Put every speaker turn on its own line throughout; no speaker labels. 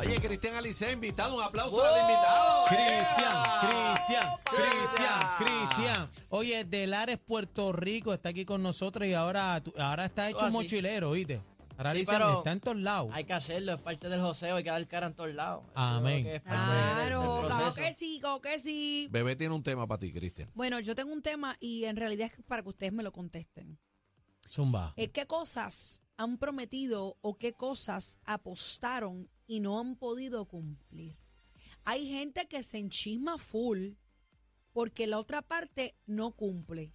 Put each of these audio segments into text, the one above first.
Oye, Cristian Alice, invitado, un aplauso al invitado.
Cristian,
¡Ea!
Cristian, Cristian,
¡Ea!
Cristian. Oye, de Lares, Puerto Rico, está aquí con nosotros y ahora, tú- ahora está hecho
Ah,
un
sí.
mochilero, ¿viste? Ahora
Sí,
dicen,
pero-
está en todos lados.
Hay que hacerlo, es parte del joseo, hay que dar cara en todos lados. Eso
Amén.
es lo que es parte del-
Claro,
del
claro
proceso.
que sí, claro que sí.
Bebé tiene un tema para ti, Cristian.
Bueno, yo tengo un tema y en realidad es para que ustedes me lo contesten.
Zumba.
Eh, ¿Qué cosas han prometido o qué cosas apostaron y no han podido cumplir? Hay gente que se enchisma full porque la otra parte no cumple.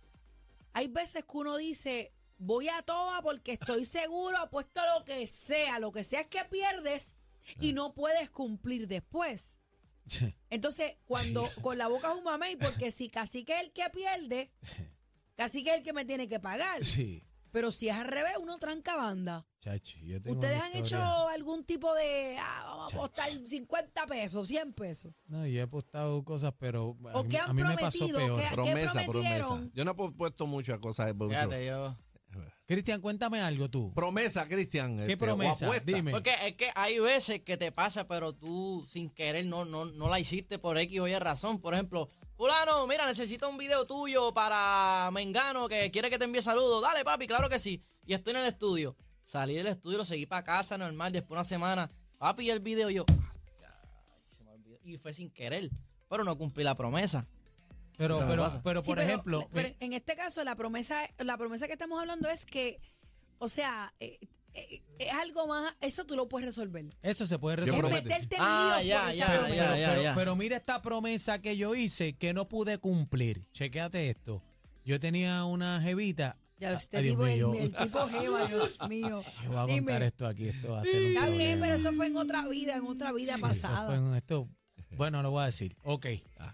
Hay veces que uno dice, voy a toda porque estoy seguro, apuesto lo que sea, lo que sea es que pierdes
Ah.
y no puedes cumplir después. Entonces, cuando con la boca es un mamey, porque si cacique es el que pierde, cacique es el que me tiene que pagar.
Sí,
Pero si es al revés, uno tranca banda.
chacho, yo tengo
¿Ustedes
una
han hecho
historia.
algún tipo de, ah, vamos a apostar 50 pesos, 100 pesos?
No, yo he apostado cosas, pero a
¿O
mí,
qué
a
han
mí me pasó
prometido?
peor.
¿Qué
Promesa, promesa.
prometieron?
Yo no he puesto mucho a cosas de
Fíjate, yo.
Cristian, cuéntame algo tú.
Promesa, Cristian. este,
¿Qué promesa? Dime.
Porque es que hay veces que te pasa, pero tú sin querer no, no, no la hiciste por X o Y razón. Por ejemplo, fulano, mira, necesito un video tuyo para Mengano que quiere que te envíe saludos. Dale, papi, claro que sí. Y estoy en el estudio. Salí del estudio, lo seguí para casa normal, después de una semana. Papi, y el video y yo. "Ay, se me olvidó". Y fue sin querer. Pero no cumplí la promesa.
Pero,
Sí,
pero,
pasa.
pero,
Sí,
por
pero-
ejemplo,
pero
eh,
en este caso, la promesa, la promesa que estamos hablando es que, o sea, eh, eh, es algo más, eso tú lo puedes resolver.
eso se puede
Yo
Es
resolver.
prometí.
meterte en
Ah,
lío
ya,
por esa
ya, ya,
promesa.
ya.
pero, pero mira esta promesa que yo hice que no pude cumplir. Chequéate esto. Yo tenía una jevita.
Ya,
Ah,
este
ay, Dios
tipo,
mío,
el,
yo-
el tipo Jeva, Dios mío.
Yo voy a
Dime.
contar esto aquí, esto va a ser un
Está bien,
problema.
pero eso fue en otra vida, en otra vida
Sí, eso fue
pasada.
en esto. Bueno, lo voy a decir. Ok.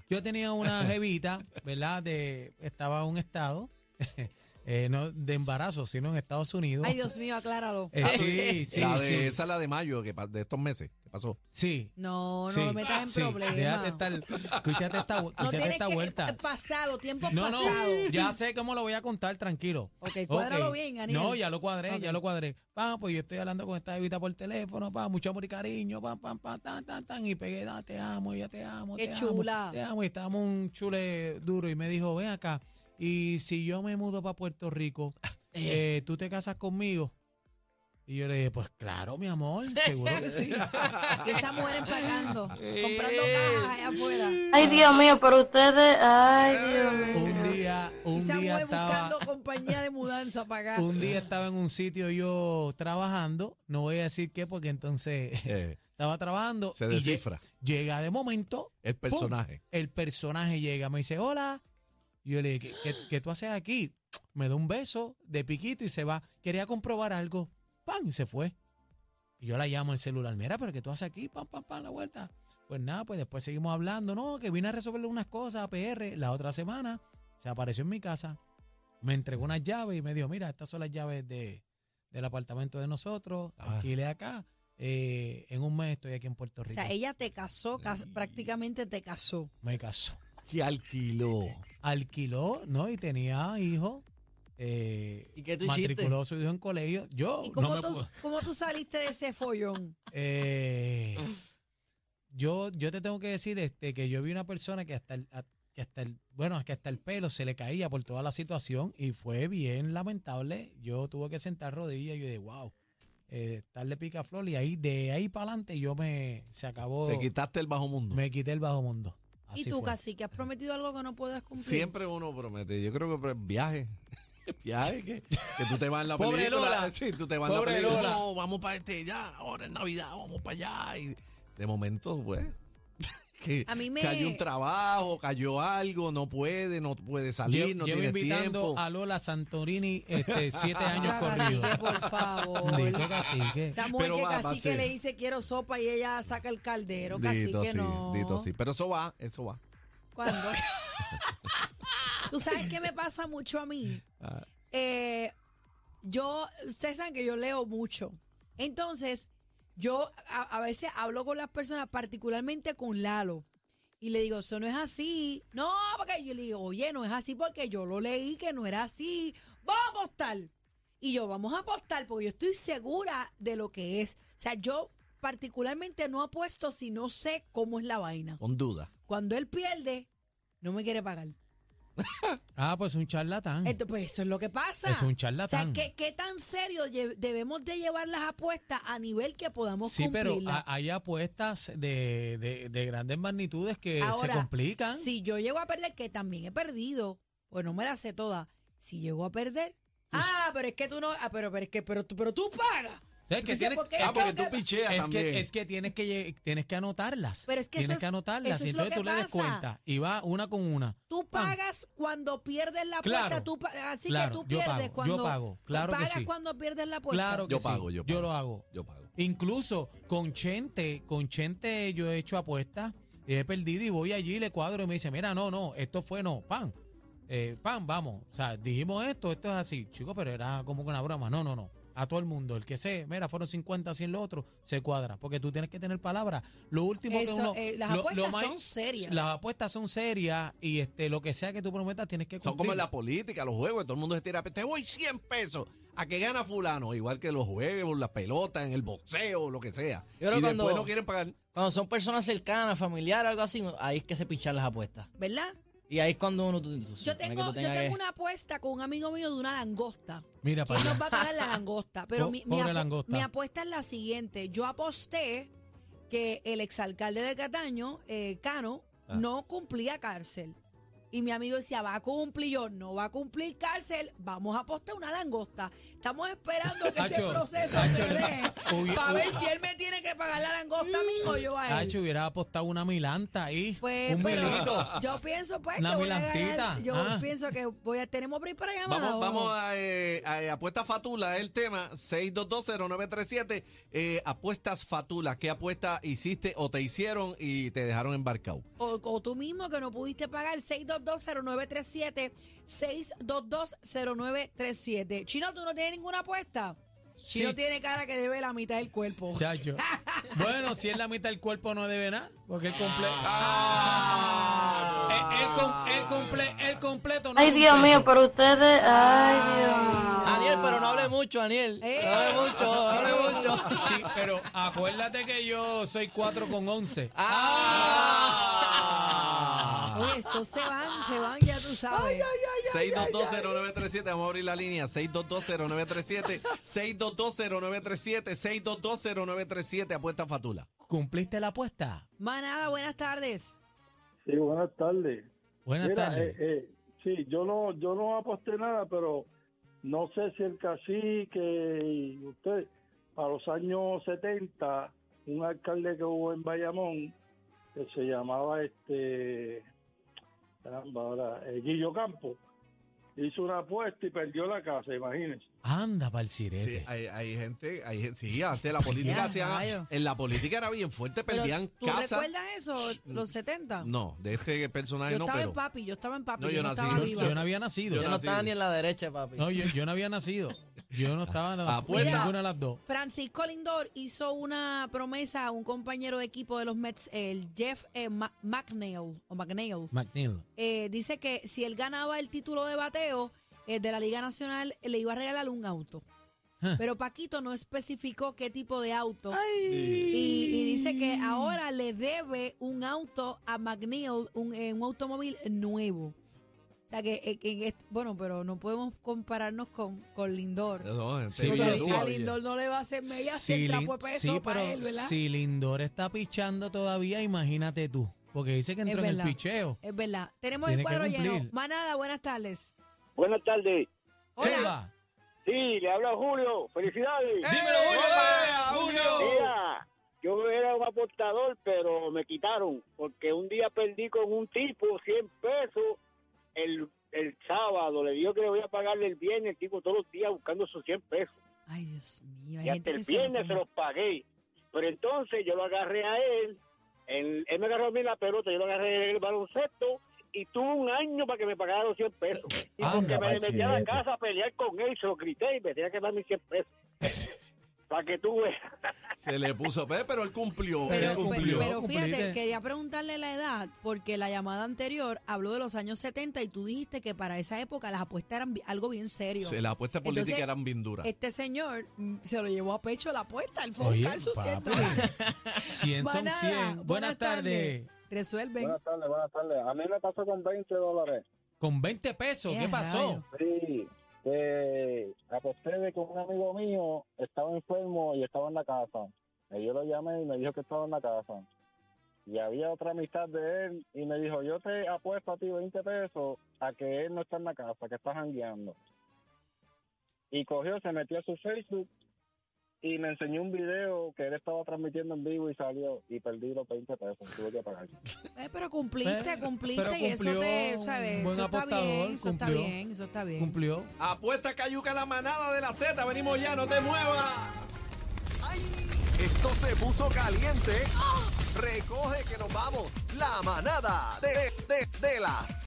Yo tenía una jevita, ¿verdad? De, estaba en un estado, eh, no de embarazo, sino en Estados Unidos.
Ay, Dios mío, acláralo.
Eh, sí, sí,
Ah, la de,
sí.
Esa es la de mayo, que, pa- de estos meses. ¿Qué pasó?
Sí.
No, no
sí,
lo metas en
sí. Déjate
problemas.
estar. Escúchate esta, vu-
No
escúchate
tienes
esta
que.
vuelta.
Pasado, tiempo
No, no,
pasado.
ya sé cómo lo voy a contar, tranquilo.
Ok, Eh, cuádralo bien, Aniel.
No, ya lo cuadré,
Ok.
ya lo cuadré. Pam, pues yo estoy hablando con esta evita por teléfono, pam, mucho amor y cariño, pam, pam, pam, tan, tan, tan, y pegué, "Ah, te amo, ya te amo,
Qué
te
chula.
amo. Te amo, y estábamos un chule duro, y me dijo, ven acá, y si yo me mudo para Puerto Rico, eh, ¿tú te casas conmigo? Y yo le dije, pues claro, mi amor, seguro que sí.
Y esa mujer empacando, comprando
Eh.
cajas allá afuera.
Ay, Dios mío, pero ustedes, ay, Dios mío.
un día,
Y
un
esa
día
mujer
estaba...
buscando compañía de mudanza para acá.
Un día estaba en un sitio yo trabajando, no voy a decir qué porque entonces
Eh,
estaba trabajando.
se
y
descifra
lle- Llega de momento,
el personaje.
el personaje llega, me dice, hola. Yo le dije, ¿qué, qué- qué tú haces aquí? Me da un beso de piquito y se va. Quería comprobar algo. ¡Pam! Y se fue. Y yo la llamo al celular. Mira, pero ¿qué tú haces aquí? ¡Pam, pam, pam! La vuelta. Pues nada, pues después seguimos hablando. No, que vine a resolverle unas cosas a PR. La otra semana se apareció en mi casa. Me entregó unas llaves y me dijo, mira, estas son las llaves de, del apartamento de nosotros.
Ah.
Alquile acá. Eh, en un mes estoy aquí en Puerto
O
Rico.
sea, ella te casó, cas- prácticamente te casó.
Me casó.
Que alquiló.
alquiló, ¿no? Y tenía hijo. Eh,
¿Y qué tú hiciste?
matriculó a su hijo en colegio. Yo
¿Y
no
cómo,
me
tú,
puedo-
cómo tú saliste de ese follón?
Eh, yo, yo te tengo que decir este, que yo vi una persona que hasta el, a- que hasta el, bueno, que hasta el pelo se le caía por toda la situación y fue bien lamentable. Yo tuve que sentar rodillas y yo dije, wow, eh, estarle pica flor y ahí, de ahí para adelante yo me, se acabó,
Te quitaste el bajo mundo.
me quité el bajo mundo.
y
Así
tú,
fue.
casi que has prometido algo que no puedes cumplir.
Siempre uno promete. Yo creo que pero el viaje. el viaje que, que tú te vas en la
Pobre
película.
Lola.
Sí, tú te vas en la
Pobre
película.
Lola.
No, vamos para este ya. Ahora es Navidad, vamos para allá. Y de momento, pues. Que
A mí me-
Cayó un trabajo, cayó algo, no puede, no puede salir,
Llevo,
no
llevo
tiene
invitando
tiempo.
a Lola Santorini este, siete años
Ya,
corridos.
cacique, por
Bendito
favor.
cacique.
Esa mujer
Pero
que
va, va a
casi que
ser.
le dice quiero sopa y ella saca el caldero, casi
Dito
que
sí,
no.
dito sí. Pero eso va, eso va.
¿Cuándo? Tú sabes qué me pasa mucho a mí.
Ah.
Eh, yo, ustedes saben que yo leo mucho. Entonces, yo a, a veces hablo con las personas, particularmente con Lalo. Y le digo, eso no es así. No, porque yo le digo, oye, no es así porque yo lo leí que no era así. Vamos a apostar. Y yo, vamos a apostar porque yo estoy segura de lo que es. O sea, yo particularmente no apuesto si no sé cómo es la vaina.
Con duda.
Cuando él pierde, no me quiere pagar.
Ah, pues un charlatán.
Entonces, pues eso es lo que pasa.
Es un charlatán.
O sea, ¿qué, qué tan serio lle- debemos de llevar las apuestas a nivel que podamos
Sí, pero ah,
cumplirlas?
ha- hay apuestas de, de- de grandes magnitudes que se
Ahora,
complican.
Si yo llego a perder, que también he perdido, pues no me la sé toda. Si llego a perder,
Pues
ah, pero es que tú no, ah, pero, pero es que, pero tú, pero tú pagas.
¿Sabes que
Entonces,
tienes-
¿por qué?
Ah, porque
Creo
tú
que-
picheas
Es
también.
que, es que tienes que lle- tienes que anotarlas.
Pero es que eso
tienes
es-
que anotarlas.
eso
y
es lo
entonces
que
tú le des
pasa.
cuenta. Y va una con una.
Tú pagas cuando pierdes la apuesta,
Ah. Claro,
tú pa- así
claro,
que tú
yo
pierdes
pago, yo
cuando pues
pago, claro que
pagas
sí.
cuando pierdes la apuesta.
Claro que
Yo
sí,
pago, yo pago.
lo hago.
Yo pago.
Incluso con Chente, con Chente yo he hecho apuestas, y he perdido y voy allí, le cuadro y me dice, mira, no, no, esto fue no, pan, eh, pan, vamos. O sea, dijimos esto, esto es así. Chico, pero era como una broma. No, no, no. A todo el mundo, el que sé, mira, fueron 50, 100 lo otro, se cuadra. Porque tú tienes que tener palabras. Lo último
Eso,
que uno.
eh, las
lo- lo
apuestas
más-
son serias.
Las apuestas son serias y este lo que sea que tú prometas tienes que cumplir.
Son como en la política, los juegos, todo el mundo se tira, te voy 100 pesos a que gana fulano, igual que los juegos, las pelotas, en el boxeo, lo que sea.
creo
si
cuando-
después no quieren pagar,
Cuando son personas cercanas, familiares, algo así, ahí es que se pinchan las apuestas.
¿Verdad?
Y ahí es cuando uno... tú-
Yo
supone que
tengo,
tú
yo
tengas
tengo
que-
una apuesta con un amigo mío de una langosta.
Mira, para
¿Quién nos
allá.
va a pagar la langosta? Pero
Po-
mi, mi
pobre
apu-
langosta.
mi apuesta es la siguiente. Yo aposté que el exalcalde de Cataño, eh, Cano,
Ah.
no cumplía cárcel. Y mi amigo decía, va a cumplir yo, no va a cumplir cárcel, vamos a apostar una langosta. Estamos esperando que ese
Acho,
proceso se dé
hubi-
para ver si él me tiene que pagar la langosta a mí o yo a él.
Hacho, hubiera apostado una milanta ahí.
Pues,
un
pero
milito.
yo pienso pues
Una
que voy a ganar,
milantita,
yo
ah.
pienso que voy a, tenemos abrir para llamar.
Vamos, vamos a, eh, a, eh, apuestas fatula, el tema 6220937, eh, apuestas fatula, ¿qué apuesta hiciste o te hicieron y te dejaron embarcado?
O, o tú mismo que no pudiste pagar 6220937, 6220937. Chino, tú no tienes ninguna apuesta.
Sí.
Chino tiene cara que debe la mitad del cuerpo.
Chacho. Bueno, si es la mitad del cuerpo no debe nada, porque el completo. el, el com- el comple- el completo no
Ay,
es un
Dios
peso.
mío, pero ustedes. Ay, Dios mío.
Daniel, pero no hable mucho, Daniel.
Eh.
No hable mucho, no hable mucho.
Sí, pero acuérdate que yo soy 4 con 11.
Ah.
Oye, estos se van, se van, ya tú sabes.
6220937, vamos a abrir la línea 6220937, 6220937, 6220937, apuesta fatula.
¿Cumpliste la apuesta?
Manada, buenas tardes.
Sí, buenas tardes.
Buenas
Mira,
tardes.
eh, eh, sí, yo no, yo no aposté nada, pero no sé si el cacique y usted, a los años 70, un alcalde que hubo en Bayamón, que se llamaba este, caramba, ahora, eh, Guillo Campo, hizo una apuesta y perdió la casa, imagínense.
Anda, para el
Sí,
sirete.
hay, hay gente, hay gente, sí, antes la política
Ya,
hacía-
rayo.
en la política era bien fuerte,
Pero,
perdían
¿Tú
casa.
recuerdas eso, los 70?
No, de este personaje
yo
no,
estaba
pero
en papi, yo estaba en papi,
No,
yo,
yo
no
nací,
estaba
Yo,
viva.
yo no había
Yo
nacido.
Yo no estaba
nací.
ni en la derecha, papi.
No, yo, yo no había nacido. Yo no estaba nada.
Apuesta.
Ninguna de las dos.
Francisco Lindor hizo una promesa a un compañero de equipo de los Mets, el Jeff eh, Ma- McNeil, o McNeil.
McNeil.
eh, dice que si él ganaba el título de bateo eh, de la Liga Nacional, eh, le iba a regalar un auto.
Huh.
Pero Paquito no especificó qué tipo de auto. Y, y dice que ahora le debe un auto a McNeil, un, eh, un automóvil nuevo. O sea que, eh, que en est- bueno, pero no podemos compararnos con, con Lindor.
No, gente
Sí,
bien
Porque
pero-
suave.
a Lindor no le va a hacer media
Lin-
cien trapo de peso
sí,
para
pero
él, ¿verdad?
si Lindor está pichando todavía, imagínate tú. Porque dice que
Es
entró en el
verdad.
picheo.
Es verdad. Tenemos el
Tiene que
cuadro lleno.
cumplir.
Manada, buenas tardes.
Buenas tardes.
Hola.
Hola.
Sí, le habla Julio. Felicidades.
Dímelo, ¡Eh, Julio.
Mira, yo era un apostador, pero me quitaron porque un día perdí con un tipo 100 pesos el, el sábado. Le digo que le voy a pagarle el viernes, el tipo todos los días buscando sus 100 pesos.
Ay, Dios mío, hay
Y hasta
gente
el
que se lo
viernes se
come.
los pagué. Pero entonces yo lo agarré a él. él- él me agarró a mí la pelota, yo lo agarré el baloncesto y tuve un año para que me pagara los 100 pesos. Y
Anda,
porque me
pa'l
metí a la
chilete.
casa a pelear con él, se lo grité y me tenía que dar mis 100 pesos.
para que tú veas.
Se le puso pe, pero él cumplió.
Pero,
él
pero-
cumplió.
pero fíjate,
Cumpliste.
quería preguntarle la edad, porque la llamada anterior habló de los años 70 y tú dijiste que para esa época las apuestas eran bi- algo bien serio.
Se la apuesta política
Entonces,
eran bien duras.
Este señor mm, se lo llevó a pecho la apuesta, el fue a
Oye,
buscar sus
papi.
100 dólares.
100 son
Manada,
100. Buenas tardes.
Resuelven.
Buenas tardes, buenas tardes. A mí me pasó con 20 dólares.
Con 20 pesos,
Ea,
¿qué pasó?
rayo.
Sí, eh, aposté de que un amigo mío estaba enfermo y estaba en la casa. Y yo lo llamé y me dijo que estaba en la casa. Y había otra amistad de él y me dijo, yo te apuesto a ti 20 pesos a que él no está en la casa, que está jangueando. Y cogió, se metió a su Facebook y me enseñó un video que él estaba transmitiendo en vivo y salió y perdí los 20 pesos, tuve que pagar.
Eh, pero cumpliste,
Eh,
cumpliste
pero
y eso te,
cumplió,
¿sabes?
un buen
eso está
apostador,
bien, eso está
cumplió.
bien, eso está bien.
Cumplió.
Apuesta Cayuca la manada de la Z. Venimos ya, no te muevas.
Esto se puso
¡Ah!
caliente. Recoge que nos vamos. La manada de, de, de la